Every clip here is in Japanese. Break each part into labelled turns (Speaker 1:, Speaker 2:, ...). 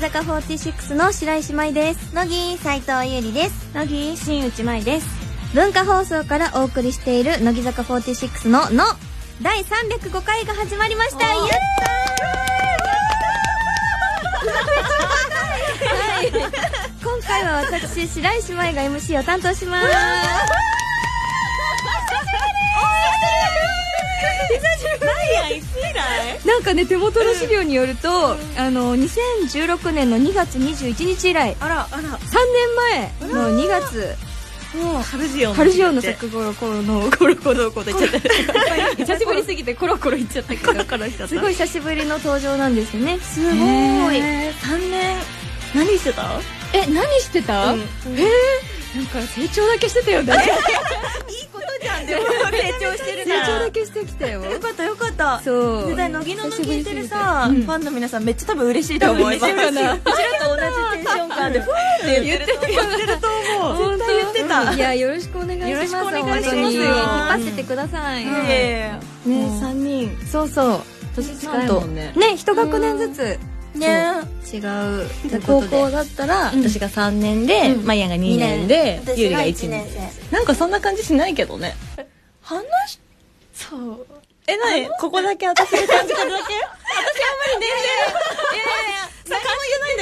Speaker 1: 坂46の白石舞です
Speaker 2: 乃木斉藤優里です
Speaker 3: 乃木新内舞です
Speaker 1: 文化放送からお送りしている乃木坂46の「の」第305回が始まりましたやったーはい今回は私白石舞が MC を担当します
Speaker 3: ダイアンいつ以来
Speaker 1: なんかね手元の資料によると、あの2016年の2月21日以来
Speaker 3: あらあら
Speaker 1: 3年前の2月
Speaker 3: カルジオン
Speaker 1: カルジオンの作頃この コロコロコロ言っちゃった久しぶりすぎてコロコロ言っちゃったけど
Speaker 3: からしちゃった
Speaker 1: すごい久しぶりの登場なんですねす
Speaker 3: すごい
Speaker 1: え
Speaker 3: 3年何してた
Speaker 1: 何してた、
Speaker 3: うん
Speaker 1: えーなんか成長だけしてたよね
Speaker 3: いいことじゃんでも成長して
Speaker 1: 成
Speaker 3: るな
Speaker 1: 長だけしてきたよ
Speaker 3: よかったよかった
Speaker 1: そう
Speaker 3: 絶対乃木のの聞いてるさ、
Speaker 1: うん
Speaker 3: ファンの皆さんめっちゃ多分嬉しいと思います
Speaker 1: 多分嬉しいよな
Speaker 3: うちらと同じテンション感でふわーって言ってると思う言ってると思う絶対言ってた、
Speaker 1: いやよろしくお願いします
Speaker 3: よろしくお願いします
Speaker 1: 本当に
Speaker 3: うん
Speaker 1: 引っ張ってってください、
Speaker 3: いやいやいや
Speaker 1: ね
Speaker 3: もう三人
Speaker 1: そうそう
Speaker 3: 年
Speaker 1: 近いもん
Speaker 3: ね
Speaker 1: ね一学年ずつ
Speaker 2: ね
Speaker 1: 違う
Speaker 4: で
Speaker 1: 高
Speaker 4: 高
Speaker 1: 校
Speaker 4: 校だったら、
Speaker 1: うん
Speaker 4: 私が3年で、
Speaker 1: うん
Speaker 4: マイアンが2年でゆりが1年
Speaker 2: 生
Speaker 4: なんかそんな感じしないけどね
Speaker 3: 話
Speaker 1: そう
Speaker 4: えなにここだけ私の感じ方だけ私あんまり年齢い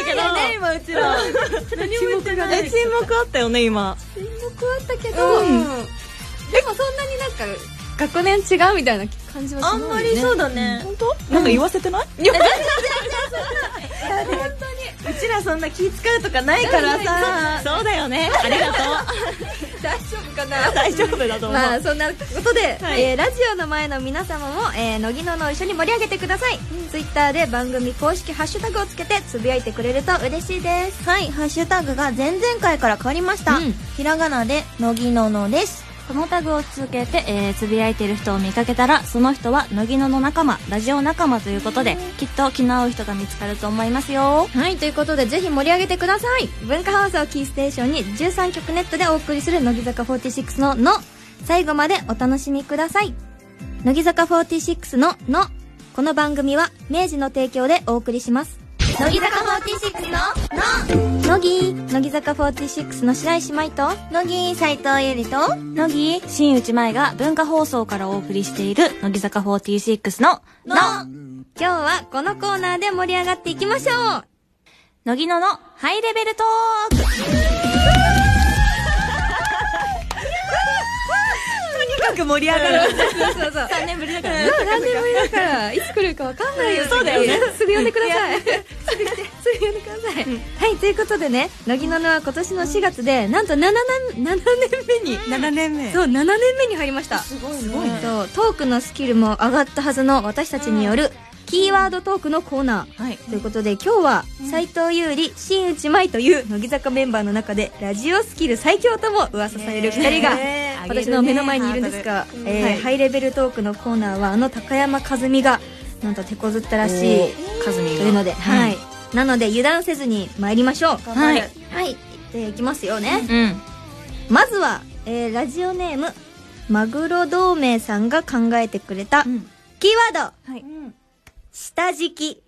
Speaker 4: やいやいや何も言えないんだけど
Speaker 3: 今うちら何も言ってな
Speaker 4: え
Speaker 3: い
Speaker 4: 沈黙あったよね今
Speaker 1: 沈黙はあったけど、
Speaker 3: うん
Speaker 1: でもそんなになんか学年違うみたいな感じはしない
Speaker 3: あんまりそうだね
Speaker 4: 本当なんか言わせてない、
Speaker 3: うちらそんな気使うとかないからさ
Speaker 4: そうだよねありがと
Speaker 1: 大丈夫かな
Speaker 4: う大丈夫だと思う、
Speaker 1: まあそんなことで、えーラジオの前の皆様も、えー、乃木ののを一緒に盛り上げてください、ツイッターで番組公式ハッシュタグをつけてつぶやいてくれると嬉しいです
Speaker 2: はいハッシュタグが前々回から変わりました、
Speaker 1: うん
Speaker 2: ひらがなで乃木ののです
Speaker 3: このタグを続けて、えー、つぶやいている人を見かけたらその人は乃木野の仲間ラジオ仲間ということできっと気の合う人が見つかると思いますよ
Speaker 1: はいということでぜひ盛り上げてください文化放送キーステーションに13曲ネットでお送りする乃木坂46の「の」最後までお楽しみください乃木坂46の「の」この番組は明治の提供でお送りします
Speaker 2: 乃木坂46の
Speaker 1: 乃木乃木坂46の白石舞と
Speaker 2: 乃木斉藤ゆりと
Speaker 3: 乃木新内前が文化放送からお送りしている乃木坂46の「の」
Speaker 1: 今日はこのコーナーで盛り上がっていきましょう
Speaker 3: 乃木野のハイレベルト ーク
Speaker 4: とにかく盛り上が る
Speaker 1: そうそうそう
Speaker 3: 3年ぶりだからね
Speaker 1: 何でもいいだからいつ来るかわかんないよ、
Speaker 4: そうだよね
Speaker 1: すぐ呼んでくださいすぐ来てすぐ呼んでください、はいということでね乃木ののは今年の4月でなんと7年 ,7 年目に、
Speaker 4: 7年目
Speaker 1: そう7年目に入りましたすごいそうトークのスキルも上がったはずの私たちによるキーワードトークのコーナー、
Speaker 4: はい
Speaker 1: ということで今日は斎藤優里新内舞という乃木坂メンバーの中でラジオスキル最強とも噂される2人が私の目の前にいるんですが、えー
Speaker 4: はい
Speaker 1: ハイレベルトークのコーナーはあの高山和美がなんと手こずったらしい
Speaker 4: カズ
Speaker 1: と
Speaker 4: ミ
Speaker 1: いうので、はい、なので油断せずに参りましょう
Speaker 4: 張る
Speaker 1: はい、でいきますよね、
Speaker 4: うん
Speaker 1: まずは、えーラジオネームマグロ同盟さんが考えてくれた、
Speaker 4: ん
Speaker 1: キーワード、
Speaker 4: はい
Speaker 1: 下敷き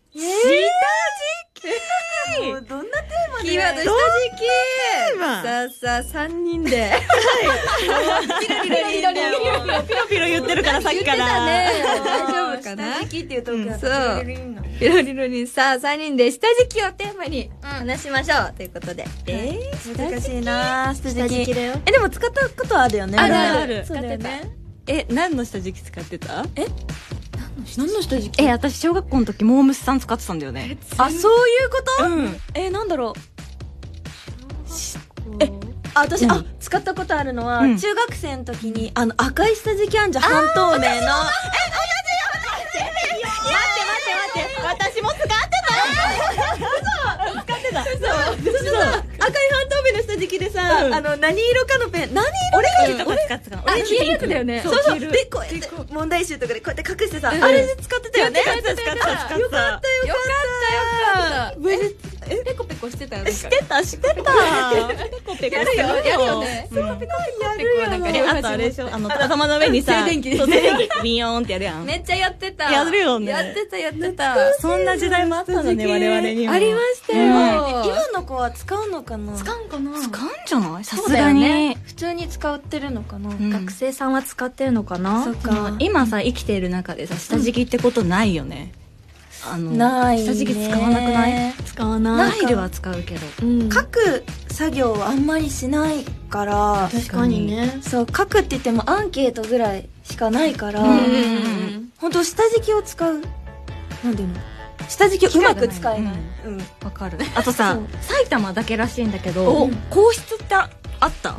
Speaker 3: もうどんなテーマ
Speaker 1: キーワード下敷きさあさあ三人 で
Speaker 4: ピロピロピロピロ言ってるからさっ
Speaker 1: 言っ
Speaker 4: き
Speaker 1: てた
Speaker 4: か
Speaker 1: ね
Speaker 4: ら
Speaker 1: 大丈夫かな
Speaker 3: 下敷きっていうトークだった
Speaker 1: そ
Speaker 3: ら
Speaker 1: う
Speaker 3: いいの
Speaker 1: ピロリロにさあ三人で下敷きをテーマに話しましょう、ということでえ
Speaker 3: 難しいな下
Speaker 1: 下敷
Speaker 3: 敷
Speaker 1: き
Speaker 3: き
Speaker 1: だよ
Speaker 3: えでも使ったことあるよね
Speaker 1: ある
Speaker 4: ある
Speaker 1: ある
Speaker 4: そうだよねえ何の下敷き使ってた
Speaker 3: 何の下敷
Speaker 4: え私小学校の時モームスさん使ってたんだよね
Speaker 3: あそういうこと、
Speaker 4: うん
Speaker 3: えなんだろうえあ私、あ使ったことあるのは、
Speaker 4: うん
Speaker 3: 中学生の時にあの赤い下敷きあんじゃん半透明のえ
Speaker 4: 私も使って
Speaker 3: 赤い半透明の下敷きでさ、
Speaker 4: うん
Speaker 3: あの何色かのペン何
Speaker 4: 俺が
Speaker 3: 色
Speaker 4: とか使ってたの
Speaker 1: あ消えるやつだよね
Speaker 3: そうそうでこうやって問題集とかでこうやって隠してさ、あれで使ってたよね
Speaker 4: 使ってた使ってた
Speaker 3: よかったよ
Speaker 1: よかったよかった
Speaker 3: 無事
Speaker 1: ペコペコ
Speaker 4: コしてたよなんか
Speaker 3: てたしてた
Speaker 4: ペコペコしてた
Speaker 3: やるよ
Speaker 4: ね
Speaker 3: ペ
Speaker 4: ペコなんか
Speaker 3: コね
Speaker 4: 両
Speaker 3: あ
Speaker 4: 端
Speaker 3: とあれでし
Speaker 4: 持っ
Speaker 3: ょ
Speaker 4: て
Speaker 3: あの頭の上にさ
Speaker 4: 静電気で
Speaker 3: そう静電気ビヨーンってやるやん
Speaker 4: めっちゃやってた
Speaker 3: やるよね
Speaker 4: やってたやってた
Speaker 3: そんな時代もあったのね我々にも
Speaker 4: ありましたよ、
Speaker 3: う
Speaker 4: 今
Speaker 2: の子は使うのかな
Speaker 4: 使うんかな
Speaker 3: 使うんじゃないさ
Speaker 1: そ
Speaker 3: す
Speaker 1: うだ
Speaker 3: が
Speaker 1: よ
Speaker 3: に、
Speaker 1: ね普通に使ってるのかな、
Speaker 3: ん
Speaker 1: 学生さんは使ってるのかな
Speaker 2: そっか
Speaker 3: 今さ生きている中でさ下敷きってことないよね、あの
Speaker 2: ないね
Speaker 3: 下敷き使わなくない
Speaker 1: 使わない
Speaker 3: ナイルは使うけど
Speaker 1: うん、
Speaker 2: 書く作業はあんまりしないから
Speaker 1: 確かにね
Speaker 2: そう書くって言ってもアンケートぐらいしかないから、
Speaker 1: うんん
Speaker 2: 本当下敷きを使うなんていうの下敷きをうまく使えない
Speaker 3: 機
Speaker 2: うん
Speaker 3: わか るあとさ
Speaker 2: そう
Speaker 3: 埼玉だけらしいんだけ
Speaker 1: お
Speaker 3: ど皇室ってああった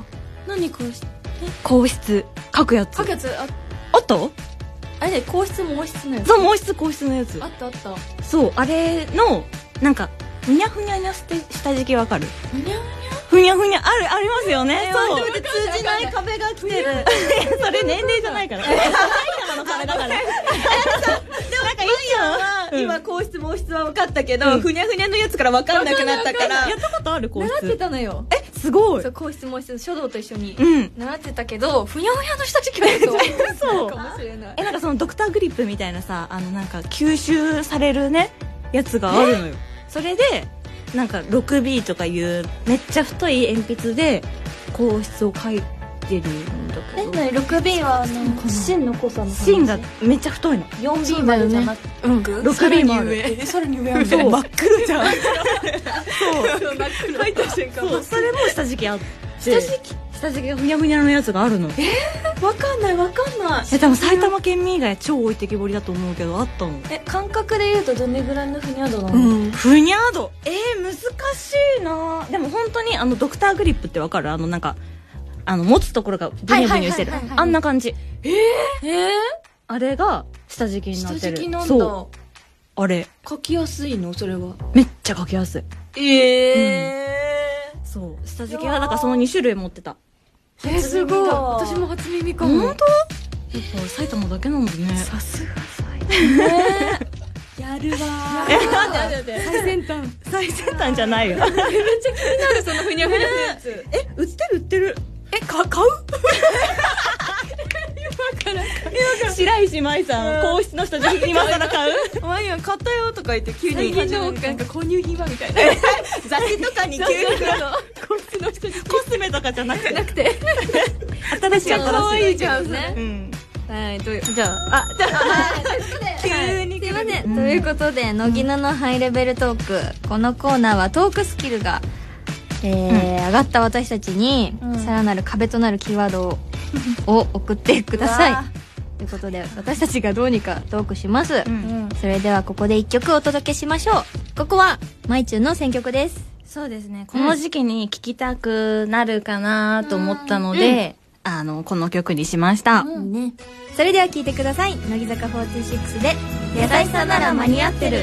Speaker 2: 何こうして
Speaker 3: 皇室書くやつ
Speaker 1: かけつあ
Speaker 3: あった
Speaker 1: あれ皇室も王室のやつ
Speaker 3: そう毛筆皇室のやつ
Speaker 1: あったあった
Speaker 3: そうあれのなんかふにゃふにゃにゃして下敷きわかる
Speaker 1: ふにゃ
Speaker 3: ふにゃふにゃあるありますよねそう
Speaker 2: 通じない壁が来てる
Speaker 3: それ年齢じゃないから。埼玉の壁だから。でもなんかいいよ。
Speaker 4: 今
Speaker 3: こ
Speaker 4: 皇室毛筆は分かったけど、ふにゃふにゃのやつから分かんなくなったから
Speaker 3: やったことあるこ
Speaker 1: 習ってたのよ
Speaker 3: えすごい
Speaker 1: そう。皇室も王室書道と一緒に
Speaker 3: うん。
Speaker 1: 習ってたけどふにゃふにゃの下敷きのやつを
Speaker 3: そう
Speaker 1: かもしれない
Speaker 3: えなんかそのドクターグリップみたいなさあのなんか吸収されるねやつがあるのよ。それでなんか 6B とかいうめっちゃ太い鉛筆で硬質を書いてるんだけ
Speaker 2: え
Speaker 3: ど。
Speaker 2: 何 6B はあの芯の濃さの話
Speaker 3: 芯がめっちゃ太いの。
Speaker 2: 4B までじゃなく
Speaker 1: うん
Speaker 3: 六 B もある。
Speaker 2: てさらに 上
Speaker 3: そう 真っ黒じゃん。
Speaker 4: 書いた瞬間
Speaker 3: そうそれも下敷きあって。
Speaker 1: 下敷き
Speaker 3: 下敷きがふにゃふにゃのやつがあるのえ
Speaker 4: 分かんない分かんない
Speaker 3: 多分埼玉県民以外超置いてきぼりだと思うけどあったの
Speaker 2: え感覚で言うとどれぐらいのふにゃどなの、
Speaker 1: うん
Speaker 3: ふにゃーどえー、難しいなでも本当にあのドクターグリップってわかるあのなんかあの持つところがブニュブニュしてる
Speaker 2: はいはいはいはいはい
Speaker 3: あんな感じ
Speaker 2: え
Speaker 3: あれが下敷きになって
Speaker 2: 下
Speaker 3: る
Speaker 2: 敷きなん
Speaker 3: そう
Speaker 2: だ
Speaker 3: あれ
Speaker 2: 書きやすいのそれは
Speaker 3: めっちゃ書きやすい
Speaker 2: ええ
Speaker 3: そう下敷きはだからその2種類持ってた
Speaker 1: えすごい
Speaker 2: だ
Speaker 1: 私も初耳かも
Speaker 3: 本当やっぱ埼玉だけなんだね
Speaker 1: さすが
Speaker 2: やるわ
Speaker 1: 最先端
Speaker 3: 最先端じゃないよ
Speaker 4: そのふにゃふにゃのやつ、
Speaker 3: え売ってる売ってるえか買う 白石麻衣さん、皇室の下敷き今更買う
Speaker 4: お前今買ったよとか言って急に
Speaker 1: 最近のなんか購入品はみたいな
Speaker 4: 雑誌とかに急に
Speaker 3: 皇室の下敷きコスメとかじゃなくて
Speaker 1: なくて
Speaker 3: 新しい
Speaker 1: 可
Speaker 3: 新しい
Speaker 1: 愛いじゃんね
Speaker 3: うん
Speaker 4: はいどういう
Speaker 3: じゃああじゃあ
Speaker 1: 急にすいませんということで乃木菜のハイレベルトークこのコーナーはトークスキルがえー上がった私たちに
Speaker 2: うん
Speaker 1: さらなる壁となるキーワードをを送ってくだ
Speaker 2: うわ
Speaker 1: さいということで私たちがどうにかトークします
Speaker 2: うん
Speaker 1: それではここで1曲お届けしましょうここはまいちゅんの選曲です
Speaker 3: そうですねこの時期に聴きたくなるかなと思ったので、あのこの曲にしました、
Speaker 1: ねそれでは聴いてください乃木坂46で「優しさなら間に合ってる」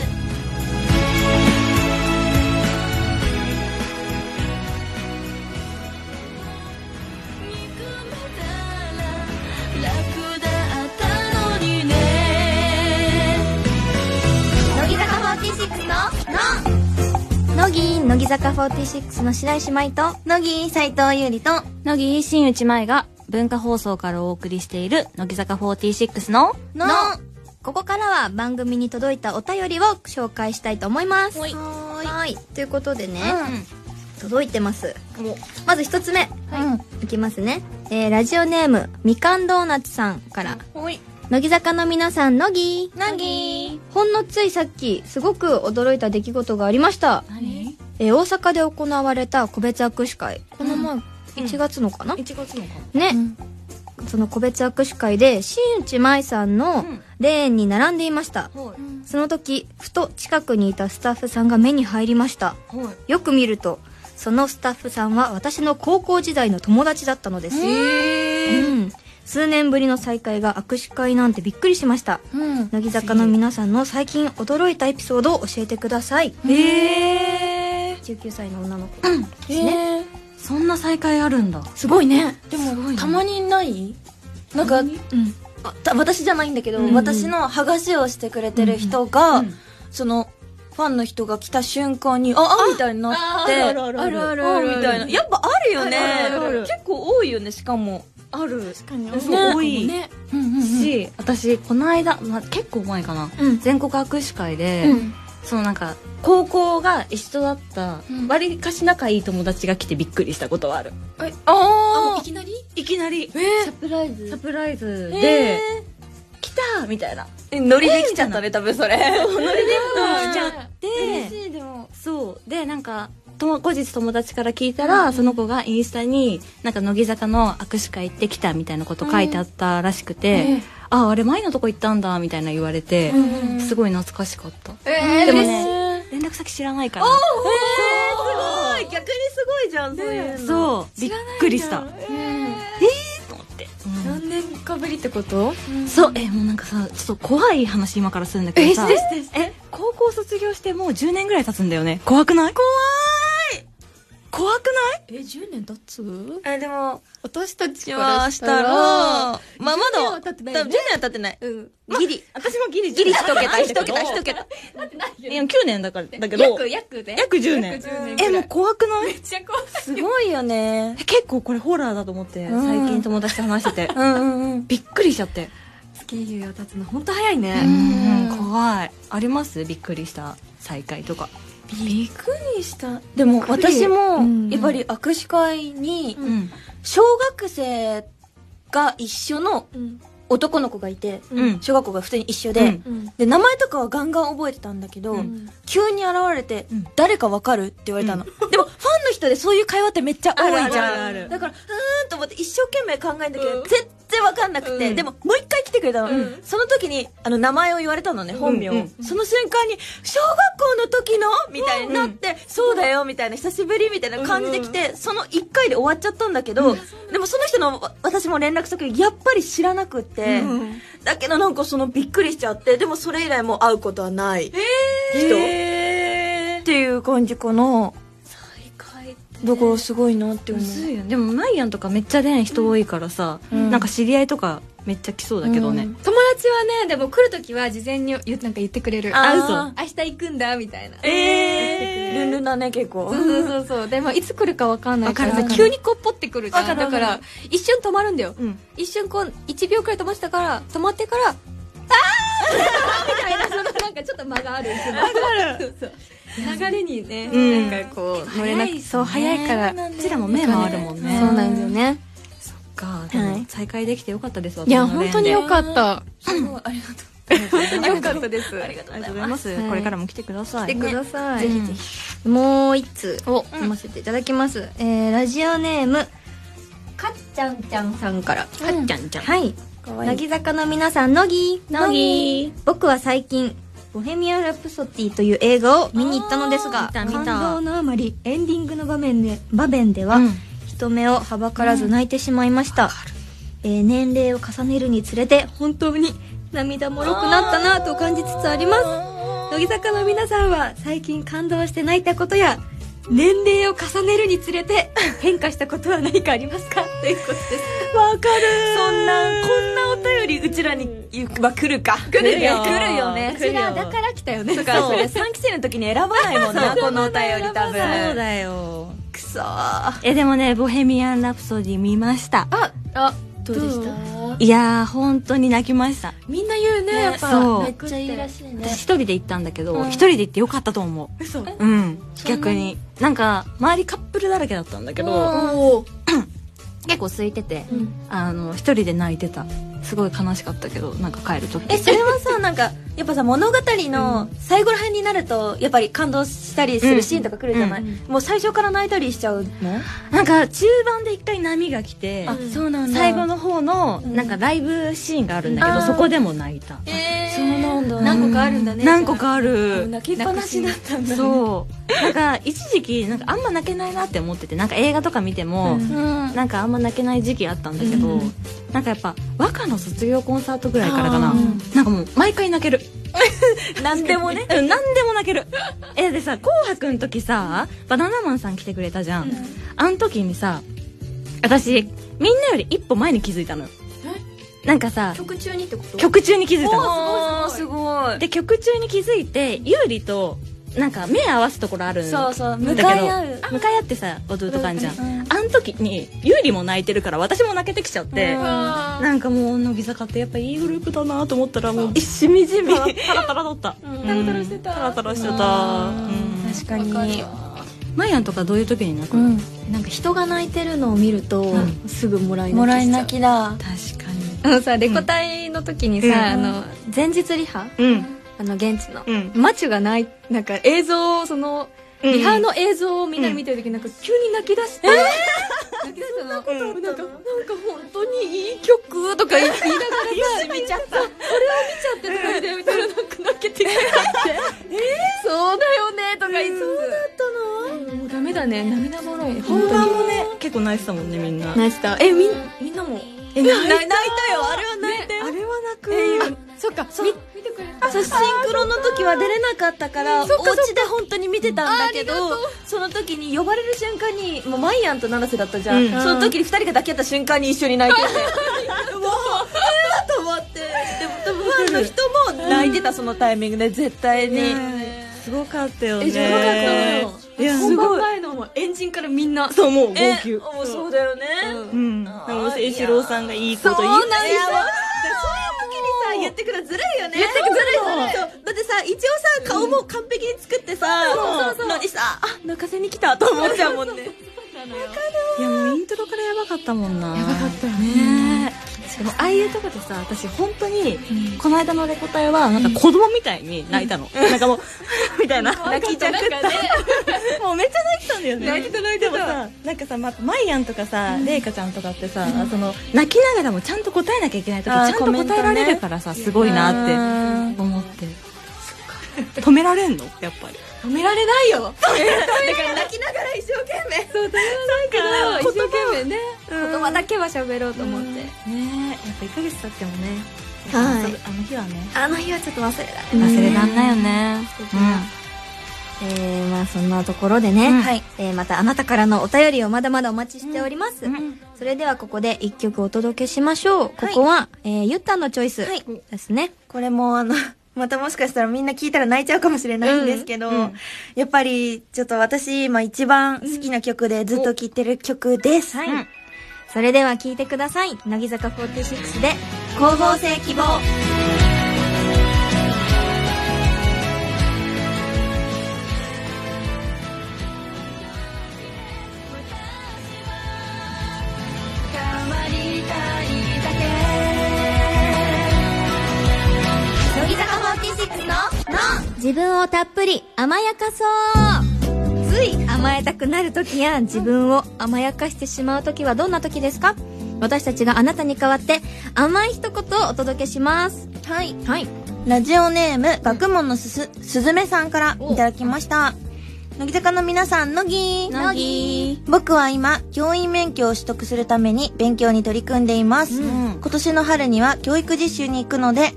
Speaker 1: 乃木坂46のの乃木乃木坂46の白石舞と
Speaker 2: 乃木斎藤優里と
Speaker 3: 乃木新内舞が文化放送からお送りしている乃木坂46の
Speaker 1: のここからは番組に届いたお便りを紹介したいと思いますはーいということでね、届いてますまず一つ目、い、きますね、えー、ラジオネームみかんドーナツさんから
Speaker 2: はい
Speaker 1: 乃木坂の皆さん乃木
Speaker 2: 乃木
Speaker 1: ほんのついさっきすごく驚いた出来事がありました、
Speaker 3: 何
Speaker 1: えー大阪で行われた個別握手会この前1月のかな、
Speaker 3: 1月のか
Speaker 1: ね、その個別握手会で新内舞さんの
Speaker 3: ん
Speaker 1: レーンに並んでいました、
Speaker 3: はい
Speaker 1: その時ふと近くにいたスタッフさんが目に入りました
Speaker 3: はい
Speaker 1: よく見るとそのスタッフさんは私の高校時代の友達だったのです、うん数年ぶりの再会が握手会なんてびっくりしました
Speaker 2: うん
Speaker 1: 乃木坂の皆さんの最近驚いたエピソードを教えてください
Speaker 3: へえ
Speaker 1: 19歳の女の子ですね、
Speaker 2: え
Speaker 3: そんな再会あるんだ
Speaker 1: すごいね
Speaker 2: ー、です
Speaker 3: ご
Speaker 2: も
Speaker 3: いね
Speaker 2: たまにないなんか
Speaker 1: うん
Speaker 2: あた私じゃないんだけど、
Speaker 1: うん
Speaker 2: 私の剥がしをしてくれてる人が、
Speaker 3: うん
Speaker 2: そのフファンの人が来た瞬間に、あ、あ、みたいになって、
Speaker 3: あるあるある
Speaker 1: ある
Speaker 2: あみたいな。やっぱあるよね
Speaker 3: あるあるある。
Speaker 2: 結構多いよね、しかも。
Speaker 3: ある
Speaker 4: 確かに
Speaker 3: そう多い
Speaker 2: ね。うんうんうん
Speaker 3: し、私この間、まあ、結構前かな、
Speaker 1: うん
Speaker 3: 全国握手会で、
Speaker 1: うん
Speaker 3: そのなんか高校が一緒だった、わりかし仲いい友達が来てびっくりしたことはある
Speaker 2: え
Speaker 4: あもう
Speaker 2: あ
Speaker 4: いきなり
Speaker 3: いきなり
Speaker 2: ーえ
Speaker 1: サプライズ
Speaker 3: サプライズ
Speaker 2: ー
Speaker 3: で、来たみたいな
Speaker 2: え、ノリできちゃったね、多 分それ。
Speaker 3: ノリで来ちゃっ
Speaker 1: 嬉
Speaker 3: て
Speaker 1: しいでも
Speaker 3: そうでなんかとも後日友達から聞いたら、その子がインスタになんか乃木坂の握手会行ってきたみたいなこと書いてあったらしくて、ああれ前のとこ行ったんだみたいな言われて、すごい懐かしかった
Speaker 4: え
Speaker 3: でも
Speaker 4: 嬉しい
Speaker 3: ね連絡先知らないから
Speaker 2: ごい逆にすごいじゃん、そういうの。
Speaker 3: そうびっくりしたと思って、
Speaker 4: 何年かぶりってこと
Speaker 3: そうえもうなんかさちょっと怖い話今からするんだけどさ
Speaker 4: てし
Speaker 3: え高校卒業してもう10年ぐらい経つんだよね怖くない怖い怖くない
Speaker 4: え10年経つ
Speaker 2: え、でも、
Speaker 4: 私たち
Speaker 2: はしたら、まあ、ま
Speaker 4: 10年
Speaker 2: だ、
Speaker 4: は経
Speaker 2: 多
Speaker 4: って
Speaker 2: 分
Speaker 4: な
Speaker 2: 10
Speaker 4: いよね
Speaker 2: 年は経ってない。
Speaker 4: うん
Speaker 2: ギリ。
Speaker 3: 私もギリ
Speaker 2: ギリ一桁、一
Speaker 3: だけど
Speaker 2: 桁、一桁。
Speaker 3: いや9年だからだけど
Speaker 4: 約約で
Speaker 3: 約10年
Speaker 4: 約10年くらい
Speaker 3: えもう怖くない
Speaker 4: めっちゃ怖い
Speaker 2: すごいよね。
Speaker 3: え結構これホラーだと思って
Speaker 2: うん
Speaker 3: 最近友達と話 してて
Speaker 2: うんうんうん。
Speaker 3: びっくりしちゃって
Speaker 4: スケールが立つの本当早いね
Speaker 3: うん怖いありますびっくりした再会とか
Speaker 2: びっくりした。でも私
Speaker 4: う
Speaker 2: も、
Speaker 4: ん
Speaker 2: やっぱり握手会に、
Speaker 3: うん
Speaker 2: 小学生が一緒の
Speaker 4: うん
Speaker 2: 男の子がいて、
Speaker 3: うん
Speaker 2: 小学校が普通に一緒で、
Speaker 3: うん
Speaker 4: うん
Speaker 2: で、名前とかはガンガン覚えてたんだけど、
Speaker 3: うん
Speaker 2: 急に現れて、
Speaker 3: うん
Speaker 2: 誰かわかるって言われたの。でも、ファンの人でそういう会話ってめっちゃ多
Speaker 3: あ
Speaker 2: い
Speaker 3: る
Speaker 2: じ
Speaker 3: ある
Speaker 2: ゃ
Speaker 3: あるある
Speaker 2: ん。だから、うーんと思って一生懸命考えんだけど、
Speaker 4: うん
Speaker 2: 全然わかんなくて、
Speaker 4: うん
Speaker 2: でも、もう一回来てくれたの。
Speaker 4: うん
Speaker 2: その時に、あの、名前を言われたのね、本名を。
Speaker 3: うんうん
Speaker 2: その瞬間に、小学校の時のみたいになって、そうだよ、みたいな、久しぶりみたいな感じで来て、その一回で終わっちゃったんだけど、でもその人のわ私も連絡先、やっぱり知らなくって、
Speaker 4: うん
Speaker 2: だけどなんかそのびっくりしちゃって、でもそれ以来もう会うことはない。人。っていう感じかな。だからすごいなって思
Speaker 3: む
Speaker 2: う。
Speaker 3: ずいよねでもマイアンとかめっちゃね人多いからさ、
Speaker 2: うん
Speaker 3: なんか知り合いとかめっちゃ来そうだけどね、
Speaker 2: うん
Speaker 4: 友達はねでも来るときは事前に言なんか言ってくれる
Speaker 2: あー
Speaker 4: 嘘明日行くんだみたいな
Speaker 2: えー、ルンルンだね結構。
Speaker 4: そうそうそうそうでもいつ来るかわかんないから
Speaker 3: わ
Speaker 4: さ
Speaker 3: かる
Speaker 4: 急にこうポってくるじゃ
Speaker 2: わか
Speaker 4: ん
Speaker 2: るわ
Speaker 4: だ
Speaker 2: か
Speaker 4: か
Speaker 2: る
Speaker 4: ら一瞬止まるんだよ
Speaker 3: うん
Speaker 4: 一瞬こう1秒くらい止まってたから止まってからああ みたいなそのなんかちょっと間があるそうそう流れにね、
Speaker 3: うん
Speaker 4: なんかこう乗れなくそう早いから
Speaker 3: こっちらも目もあるもんね
Speaker 4: そうなんですよね
Speaker 3: かでも再会できてよかったです
Speaker 4: いや
Speaker 3: 私の
Speaker 4: 本
Speaker 3: 連
Speaker 4: 当に
Speaker 3: で
Speaker 4: よかった
Speaker 2: すごいありがと
Speaker 4: よかったです
Speaker 2: う。ありがと
Speaker 3: あ
Speaker 2: う
Speaker 3: りがとござい
Speaker 2: ございうます。
Speaker 3: ます、
Speaker 4: はい
Speaker 3: これからも来てくださ
Speaker 4: 来て
Speaker 3: い
Speaker 4: ください、
Speaker 3: うん
Speaker 1: もう一つを読ませていただきます、えーラジオネームかっちゃんちゃんさんから
Speaker 3: かっちゃんちゃん
Speaker 1: はい
Speaker 2: かわい
Speaker 1: 乃
Speaker 2: い。
Speaker 1: 木坂の皆さん乃木
Speaker 3: 乃木
Speaker 1: 僕は最近「ボヘミアン・ラプソティ」という映画を見に行ったのですが
Speaker 3: あー見た見た
Speaker 1: 感動のあまりエンディングの場面で場面では、
Speaker 3: うん
Speaker 1: 人目をはばからず泣いてしまいました、えー年齢を重ねるにつれて本当に涙もろくなったなと感じつつあります乃木坂の皆さんは最近感動して泣いたことや年齢を重ねるにつれ て変化したことは何かありますかということです
Speaker 2: わかる。そんな、こんなお便りうちらには来るか。来
Speaker 3: るよ
Speaker 2: 来るよね。
Speaker 3: 来るよ
Speaker 2: うちらだから来たよね。だ
Speaker 3: から
Speaker 2: それ3期生の時に選ばないもんな、このお便り多
Speaker 3: そう
Speaker 2: 分。
Speaker 3: だよ
Speaker 2: くそー。
Speaker 3: えでもね「ボヘミアン・ラプソディ」見ました
Speaker 4: あど
Speaker 2: うでした
Speaker 3: いやー本当に泣きました
Speaker 4: みんな言うねやっぱ
Speaker 3: そう
Speaker 4: めっちゃいいらしいね
Speaker 3: 私一人で行ったんだけど
Speaker 2: うん
Speaker 3: 一人で行ってよかったと思う
Speaker 4: 嘘
Speaker 3: うん逆になんか周りカップルだらけだったんだけど
Speaker 4: おー
Speaker 3: 結構空いてて
Speaker 4: うん
Speaker 3: あの一人で泣いてたすごい悲しかったけどなんか帰る時
Speaker 2: え、それはさ、なんか、やっぱさ、物語の最後ら辺になると、やっぱり感動したりするシーンとか来るじゃない、
Speaker 3: うん
Speaker 2: もう最初から泣いたりしちゃうの
Speaker 3: なんか中盤で一回波が来て
Speaker 2: あそうなんだ
Speaker 3: 最後の方の
Speaker 2: うん
Speaker 3: なんかライブシーンがあるんだけ
Speaker 2: う
Speaker 3: ど
Speaker 2: ん
Speaker 3: そこでも泣いた
Speaker 4: え
Speaker 2: そうなんだ
Speaker 4: 何個かあるんだね
Speaker 3: 何個かあ
Speaker 2: もう
Speaker 3: る
Speaker 2: 泣きっぱなしだったんだ。う。
Speaker 3: そうなんか一時期なんかあんま泣けないなって思っててなんか映画とか見ても
Speaker 4: うん
Speaker 2: うん。
Speaker 3: なんかあんま泣けない時期あったんだけど、
Speaker 4: うん
Speaker 3: なんかやっぱ和歌の卒業コンサートぐらいからかな、
Speaker 4: あー
Speaker 3: なんかもう毎回泣ける
Speaker 2: なんでもね。
Speaker 3: うん何でも泣ける えでさ「紅白」の時さバナナマンさん来てくれたじゃん、あの時にさ私みんなより一歩前に気づいたのよなんかさ
Speaker 4: 曲中にってこと
Speaker 3: 曲中に気づいたの
Speaker 2: おーすごい。
Speaker 3: で曲中に気づいて優里となんか目合わすところある
Speaker 2: そうそう
Speaker 3: だ
Speaker 2: 向
Speaker 3: けど
Speaker 2: かい合う
Speaker 3: 向かい合ってさ踊るとかあんじゃん、
Speaker 2: うんうん
Speaker 3: あん時にゆうりも泣いてるから私も泣けてきちゃって、
Speaker 2: うん
Speaker 3: なんかもう乃木坂ってやっぱいいグループだなと思ったらもう
Speaker 2: しみじみ
Speaker 3: タラタラタラだった
Speaker 4: ん
Speaker 3: タラタラしてたタラタラしてたうん
Speaker 2: 確かに
Speaker 4: わかる
Speaker 3: マイアンとかどういう時に泣く
Speaker 1: う
Speaker 3: の
Speaker 1: ん、なんか人が泣いてるのを見ると、
Speaker 3: う
Speaker 1: すぐもらい
Speaker 2: もらい
Speaker 1: 泣
Speaker 2: 泣
Speaker 1: きし
Speaker 2: きだ
Speaker 1: ちゃ
Speaker 3: 確か
Speaker 1: うあのさレコ隊の時にさ、
Speaker 3: うん
Speaker 1: あの前日リハ
Speaker 3: にうん
Speaker 1: あの現地の、
Speaker 3: うん
Speaker 1: マチュがないなんか映像をそのリハの映像をみんなで見てる時なんか急に泣き出して、泣き出したのなんか
Speaker 3: うん
Speaker 1: なんか本当にいい曲とか言いながらさ
Speaker 2: 見ちゃった
Speaker 1: ってとかでみたいななんか泣けてきてそうだよねとか言いつつ、もうダメだね涙もろい
Speaker 3: 本
Speaker 1: 本当
Speaker 3: 番
Speaker 1: に
Speaker 3: もね結構泣いてたもんねみんな
Speaker 1: 泣いてたえみんみんなも
Speaker 3: え泣い
Speaker 2: 泣いたよあれは泣いたよ
Speaker 3: あれは泣く
Speaker 1: そっか
Speaker 2: そう
Speaker 4: 見てくれた
Speaker 2: そうシンクロの時は出れなかったからお
Speaker 1: そっかそっか
Speaker 2: 家で本当に見てたんだけど
Speaker 1: あありがと
Speaker 2: その時に呼ばれる瞬間にもうマイアンと七瀬だったじゃん、
Speaker 3: うん
Speaker 2: その時に2人が抱き合った瞬間に一緒に泣いてて もううわーと思ってでも多分ファンの人も泣いてたそのタイミングで絶対に、
Speaker 3: すごかったよね
Speaker 1: えすごかったよ
Speaker 3: いや
Speaker 1: 本
Speaker 3: すご
Speaker 1: 番
Speaker 3: い
Speaker 1: 前のもうエンジンからみんな
Speaker 3: そうもう号
Speaker 2: え
Speaker 3: 泣
Speaker 2: もうそうだよね、
Speaker 3: うんなんかもう清志郎さんがいいこと言い
Speaker 1: そうなんですよ
Speaker 2: そういう時にさ言ってくるのずるいよね
Speaker 1: 言ってくるずるい
Speaker 2: そうだってさ一応さ顔も完璧に作ってさのにさあ泣かせに来たと思っちゃうもんね
Speaker 3: いやもうイントロからやばかったもんなやばかったよねでもああいうとこでさ私本当にこの間のレコ大はなんか子供みたいに泣いたの、なんかもう みたいな泣きじゃくった、もうめっちゃ泣いてたんだよね泣いてた泣いてたでもさなんかさ、ま、マイアンとかさレイカちゃんとかってさ、その泣きながらもちゃんと答えなきゃいけない時ち
Speaker 2: あー
Speaker 3: ゃんと
Speaker 2: コメント
Speaker 3: 答
Speaker 2: ね
Speaker 3: えられるからさ、すごいなって思って止められんのやっぱり
Speaker 1: 止められないよ
Speaker 2: だから泣きながら一生懸命
Speaker 1: 一生懸命ね言葉だけは喋ろうと思って
Speaker 3: ねえやっぱ1ヶ月経ってもね
Speaker 1: はい
Speaker 3: やっぱあの日はね
Speaker 1: あの日はちょっと忘れられ
Speaker 3: 忘れらんないよね
Speaker 1: えー、まあそんなところでね、
Speaker 3: うん
Speaker 1: はいえー、またあなたからのお便りをまだまだお待ちしております、
Speaker 3: うんうん
Speaker 1: それではここで一曲お届けしましょう、ここは、えー、ゆったんのチョイス
Speaker 2: はい
Speaker 1: ですね、
Speaker 2: これもあの、 またもしかしたらみんな聞いたら泣いちゃうかもしれないんですけど、やっぱりちょっと私今一番好きな曲でずっと聴いてる曲です。
Speaker 1: はい
Speaker 2: うん
Speaker 1: それでは聴いてください乃木坂46で「光合成希望」乃木坂46の「の」自分をたっぷり甘やかそうつい甘えたくなる時や自分を甘やかしてしまう時はどんな時ですか私たちがあなたに代わって甘い一言をお届けします
Speaker 2: はい。
Speaker 1: はい
Speaker 2: ラジオネーム、学問のすす、すずめさんから
Speaker 1: お
Speaker 2: いただきました。乃木坂の皆さん、乃木
Speaker 1: 乃木
Speaker 2: 僕は今、教員免許を取得するために勉強に取り組んでいます。
Speaker 3: うん
Speaker 2: 今年の春には教育実習に行くので、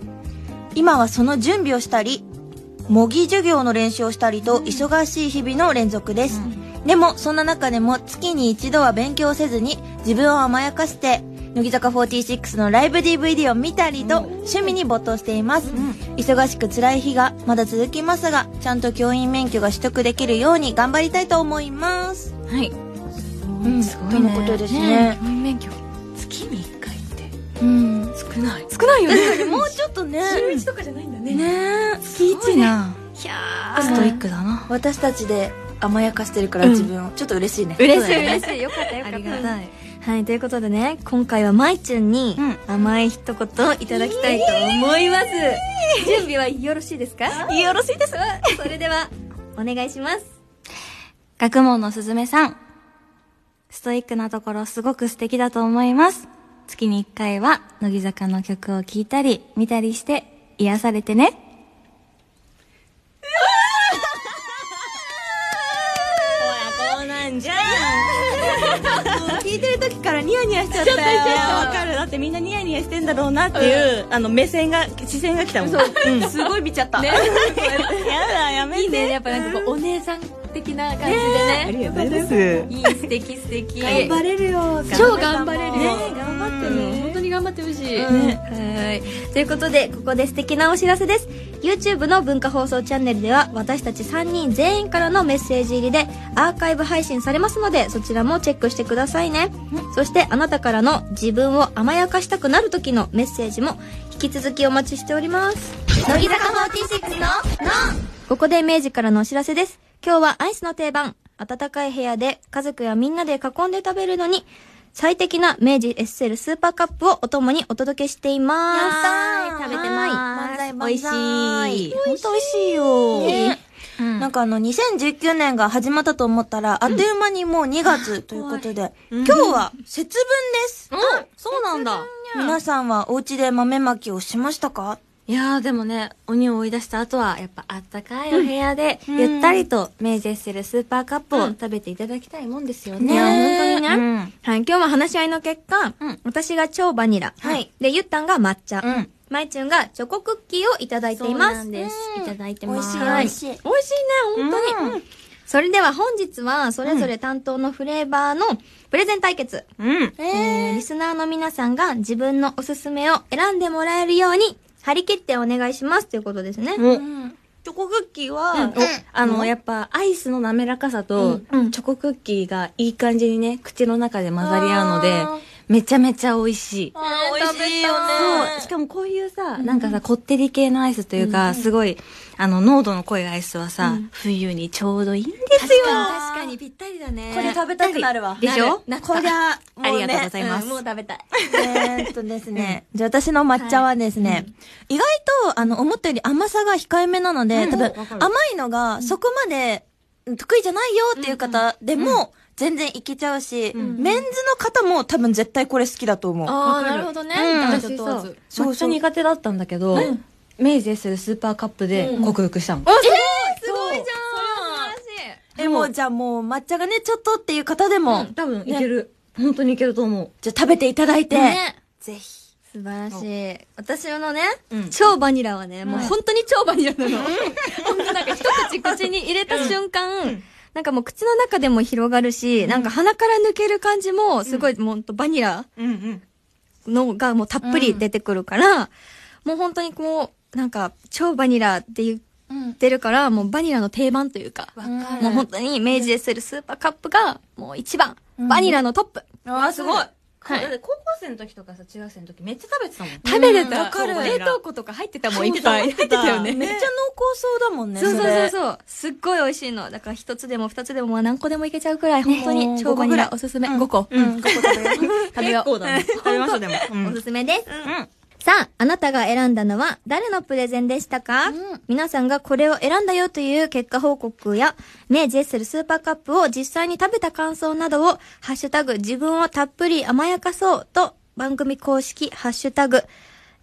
Speaker 2: 今はその準備をしたり、模擬授業の練習をしたりと、忙しい日々の連続です。でも、そんな中でも、月に一度は勉強せずに、自分を甘やかして、乃木坂46のライブ DVD を見たりと、趣味に没頭しています。忙しく辛い日がまだ続きますが、ちゃんと教員免許が取得できるように頑張りたいと思います。
Speaker 3: はい
Speaker 2: うん、
Speaker 3: すごいね
Speaker 2: とのことですね。
Speaker 3: 教員免許月に1回って
Speaker 2: うん。
Speaker 3: 少ない
Speaker 1: 少ないよね
Speaker 2: もうちょっとね。
Speaker 4: 一とかじゃないんだね
Speaker 2: ね
Speaker 3: 月1な
Speaker 1: ひゃ
Speaker 3: ストイックだな
Speaker 2: 私たちで甘やかしてるから自分を。ちょっと嬉しいね。
Speaker 1: 嬉しい
Speaker 3: そうだね
Speaker 1: 嬉しいよかったよかった
Speaker 3: い
Speaker 1: はいということでね今回はまいちゅんに
Speaker 3: うん
Speaker 1: 甘い一言いただきたいと思います、準備はよろしいですか
Speaker 3: よろしいです
Speaker 1: それではお願いします
Speaker 3: 学問のすずめさんストイックなところすごく素敵だと思います月に1回は乃木坂の曲を聴いたり見たりして癒されてねほらこうなんじゃん
Speaker 2: 聞いてる時からニヤニヤしちゃったよ。
Speaker 3: わかるだってみんなニヤニヤしてんだろうなっていう、あの目線が視線が来たもんうんや
Speaker 2: すごい見ちゃった。
Speaker 3: だやめて
Speaker 4: いいねやっぱなんかこうお姉さん的な感じで
Speaker 3: あ
Speaker 4: ね
Speaker 3: りがとうございます
Speaker 4: いい素敵素敵
Speaker 2: 頑張れるよ。
Speaker 4: 超頑張れるよ
Speaker 2: ね頑張って
Speaker 4: うん本当に頑張ってほしい
Speaker 1: はい。ということで、ここで素敵なお知らせです。 YouTube の文化放送チャンネルでは私たち3人全員からのメッセージ入りでアーカイブ配信されますのでそちらもチェックしてくださいねそしてあなたからの自分を甘やかしたくなる時のメッセージも引き続きお待ちしております乃木坂46のここで明治からのお知らせです今日はアイスの定番暖かい部屋で家族やみんなで囲んで食べるのに最適な明治エッセルスーパーカップをお供にお届けしています。
Speaker 2: やったー
Speaker 1: 食べてない。
Speaker 2: 万歳
Speaker 1: 美味し
Speaker 2: 万歳
Speaker 1: い。
Speaker 2: 本当美味しいよ。
Speaker 1: ね
Speaker 2: うんなんかあの、2019年が始まったと思ったら、あっという間にもう2月ということで、今日は節分です。
Speaker 3: そうなんだ。
Speaker 2: 皆さんはお家で豆まきをしましたか
Speaker 3: いやーでもね、鬼を追い出した後は、やっぱあったかいお部屋で、ゆったりと、明治エッセルスーパーカップを食べていただきたいもんですよね。
Speaker 1: いや、本当にね。
Speaker 2: うん
Speaker 1: はい、今日も話し合いの結果、
Speaker 3: うん
Speaker 1: 私が超バニラ。
Speaker 2: はい
Speaker 1: で、ゆったんが抹茶。
Speaker 2: うん
Speaker 1: まいちゅんがチョコクッキーをいただいています。
Speaker 3: そうなんです。いただいて
Speaker 2: 美
Speaker 3: ま
Speaker 2: 味
Speaker 3: す。
Speaker 2: しい美
Speaker 1: はい
Speaker 2: 味しい。
Speaker 1: 美味しいね、本当に。それでは本日は、それぞれ担当のフレーバーのプレゼン対決。
Speaker 3: うん。
Speaker 1: えーリスナーの皆さんが自分のおすすめを選んでもらえるように、張り切ってお願いしますということですね。
Speaker 3: お
Speaker 2: うんチョコクッキーは、
Speaker 3: おあの、やっぱ、アイスの滑らかさと、チョコクッキーがいい感じにね、口の中で混ざり合うので
Speaker 2: あー、
Speaker 3: めちゃめちゃ美味しい。
Speaker 2: あー美味しい
Speaker 3: そ
Speaker 2: よね
Speaker 3: う。し。かもこういうさ、なんかさ、こってり系のアイスというか、すごい、あの、濃度の濃いアイスはさ、冬にちょうどいいんですよ。
Speaker 1: 確かにぴったりだね。
Speaker 2: これ食べたくなるわ。
Speaker 3: でしょ
Speaker 2: なるこりゃ、
Speaker 3: ありがとうございます。
Speaker 2: もうねうんえーっとですね。じゃあ私の抹茶はですね、意外と、あの、思ったより甘さが控えめなので、多分、甘いのがそこまで得意じゃないよっていう方でも、全然いけちゃうし、メンズの方も多分絶対これ好きだと思う。
Speaker 4: ああ、なるほどね。男
Speaker 3: 私
Speaker 4: 女問わ
Speaker 3: さ
Speaker 4: ず。、
Speaker 3: 抹茶苦手だったんだけど、明治するスーパーカップで克服したの。
Speaker 2: すごいじ
Speaker 4: 素
Speaker 2: ゃんでも、じゃあもう抹茶がね、ちょっとっていう方でも、
Speaker 3: 多分いける。本当にいけると思う。
Speaker 2: じゃあ食べていただいて、
Speaker 1: ね
Speaker 2: ぜひ。
Speaker 1: 素晴らしい。私のね、
Speaker 2: うん
Speaker 1: 超バニラはね、もう
Speaker 4: はい
Speaker 1: 本当に超バニラなの。 本当なんか一口口に入れた瞬間、なんかもう口の中でも広がるし、なんか鼻から抜ける感じも、すごい、もうほんとバニラ
Speaker 2: うんうん。
Speaker 1: のがもうたっぷり出てくるから、もう本当にこう、なんか超バニラって言ってるから、もうバニラの定番というか、もう本当に明治でるスーパーカップが、もう一番、バニラのトップ。
Speaker 2: ああ、すごい。
Speaker 1: はい
Speaker 3: だって高校生の時とかさ、中学生の時めっちゃ食べてたもん。
Speaker 1: 食べれ
Speaker 2: うんわ
Speaker 1: た。
Speaker 2: かる
Speaker 1: 冷凍庫とか入ってたもん、いっぱい。入ってたよね。
Speaker 2: めっちゃ濃厚そうだもんね。
Speaker 1: そうそう
Speaker 2: れ
Speaker 1: そうそう。すっごい美味しいの。だから一つでも二つでもまあ何個でもいけちゃうくらい、本当
Speaker 2: うん
Speaker 1: に超バニラおすすめ。5個。
Speaker 2: うん、ここ食べよう
Speaker 1: 食べよう。
Speaker 3: だね。食べましたでも。
Speaker 1: おすすめです。さあ、あなたが選んだのは誰のプレゼンでしたか、皆さんがこれを選んだよという結果報告や、明治エッセルスーパーカップを実際に食べた感想などを、ハッシュタグ自分をたっぷり甘やかそうと番組公式ハッシュタグ、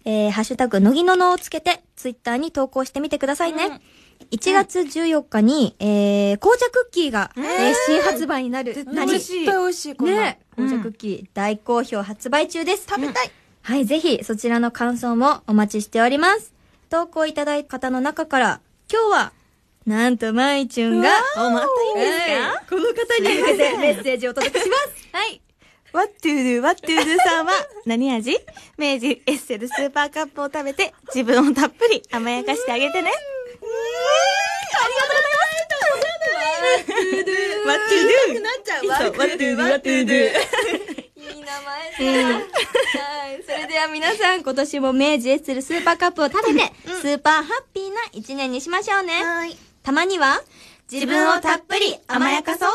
Speaker 1: えー、ハッシュタグ、のぎののをつけて、ツイッターに投稿してみてくださいね。1月14日に、えー、紅茶クッキーが、えー新発売になる、なり、
Speaker 2: 絶対美味しい、これ。
Speaker 1: ね、紅茶クッキー、大好評発売中です。
Speaker 2: 食べたい。
Speaker 1: はい、ぜひそちらの感想もお待ちしております。投稿いただいた方の中から、今日は、なんとまいちゅんが、
Speaker 3: お、またいいんですか
Speaker 1: はいこの方に向けてメッセージをお届けし ます。はい。
Speaker 3: ワットゥードゥ、ワットゥードゥさんは、何味明治エッセルスーパーカップを食べて、自分をたっぷり甘やかしてあげてね。ワットゥードゥ
Speaker 2: なっちゃう
Speaker 3: そうワットゥードゥ、ワットゥードゥ。
Speaker 1: いい名前だ。はい。それでは皆さん、今年も明治エッセルスーパーカップを食べて、スーパーハッピーな一年にしましょうね。
Speaker 2: はい。
Speaker 1: たまには、自分をたっぷり甘やかそう。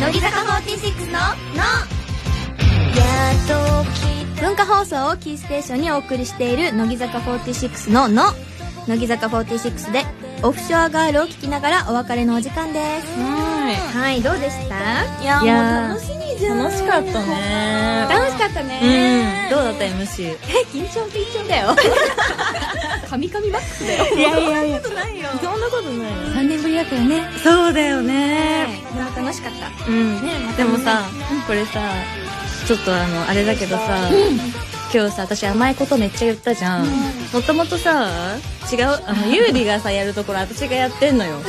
Speaker 1: 乃木坂46の「の」文化放送をキーステーションにお送りしている乃木坂46の「の」乃木坂46でオフショアガールを聞きながらお別れのお時間ですはいどうでした
Speaker 2: いや、
Speaker 1: いやー
Speaker 2: もう楽しいじゃん。
Speaker 3: 楽しかったね。
Speaker 1: 楽しかった
Speaker 3: うん。どうだった MC?
Speaker 1: 緊張緊張だよ
Speaker 4: カミカミマックスだよ。
Speaker 3: いやいやいや、
Speaker 2: ないよ。
Speaker 3: そんなことないよ。
Speaker 4: 3年ぶりだったよね。
Speaker 3: そうだよね。
Speaker 1: 楽しかった
Speaker 3: うん。でもさ、これさ、ちょっとあの、あれだけどさ、今日さ、私甘いことめっちゃ言ったじゃん。 もともとさ、違う、あの、ゆうりがさ、やるところ私がやってんのよ。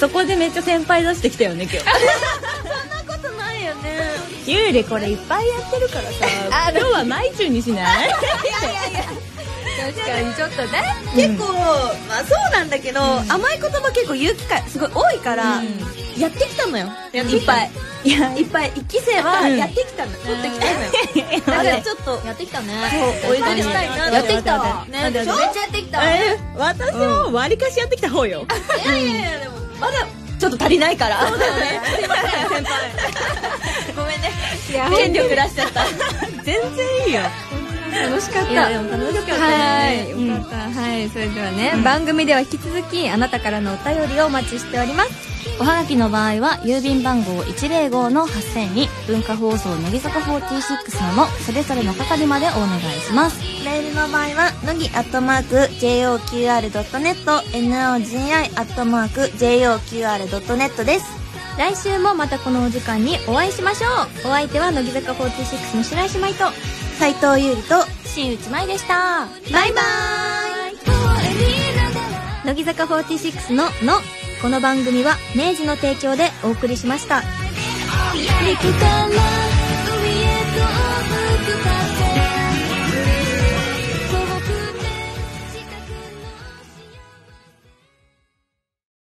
Speaker 3: そこでめっちゃ先輩出してきたよね今日
Speaker 2: ことないよね
Speaker 3: ゆうりこれいっぱいやってるから さ今日は毎中にしない
Speaker 4: 確かにちょっとね
Speaker 2: 結構、まあそうなんだけど、甘い言葉結構言う機会すごい多いから、やってきたのよいっぱい
Speaker 3: いや
Speaker 2: いっぱい一期生は
Speaker 3: うん
Speaker 2: やってきたの、取ってきたのよだからちょっと
Speaker 4: やってきたね
Speaker 2: お祈りしたいな
Speaker 4: やってきたわ
Speaker 2: わ
Speaker 4: めっ
Speaker 2: ね
Speaker 4: ちゃ
Speaker 2: でしょ
Speaker 4: やってきたわ
Speaker 3: えー私もわりかしやってきた方よ
Speaker 2: いやいやいやでもまだちょっと足りないからそうだよねすいません先輩ごめんね権力出しちゃった
Speaker 3: 全然いいよ
Speaker 4: 楽しかっ
Speaker 2: い
Speaker 4: た
Speaker 2: やでも楽しかった
Speaker 4: はい、
Speaker 2: ね
Speaker 4: よかった、はいそれではね、番組では引き続きあなたからのお便りをお待ちしております
Speaker 1: おはがきの場合は郵便番号105の8000に文化放送乃木坂46ののそれぞれの係までお願いします
Speaker 2: メールの場合は、のぎアットマーク、joqr.net、nogi アットマーク、joqr.net です。
Speaker 1: 来週もまたこのお時間にお会いしましょうお相手は乃木坂46の白石麻衣と
Speaker 2: 斉藤優里と、
Speaker 1: 新内舞でした
Speaker 2: バイバーイ
Speaker 1: 乃木坂46の「の」この番組は明治の提供でお送りしました
Speaker 5: 生きたら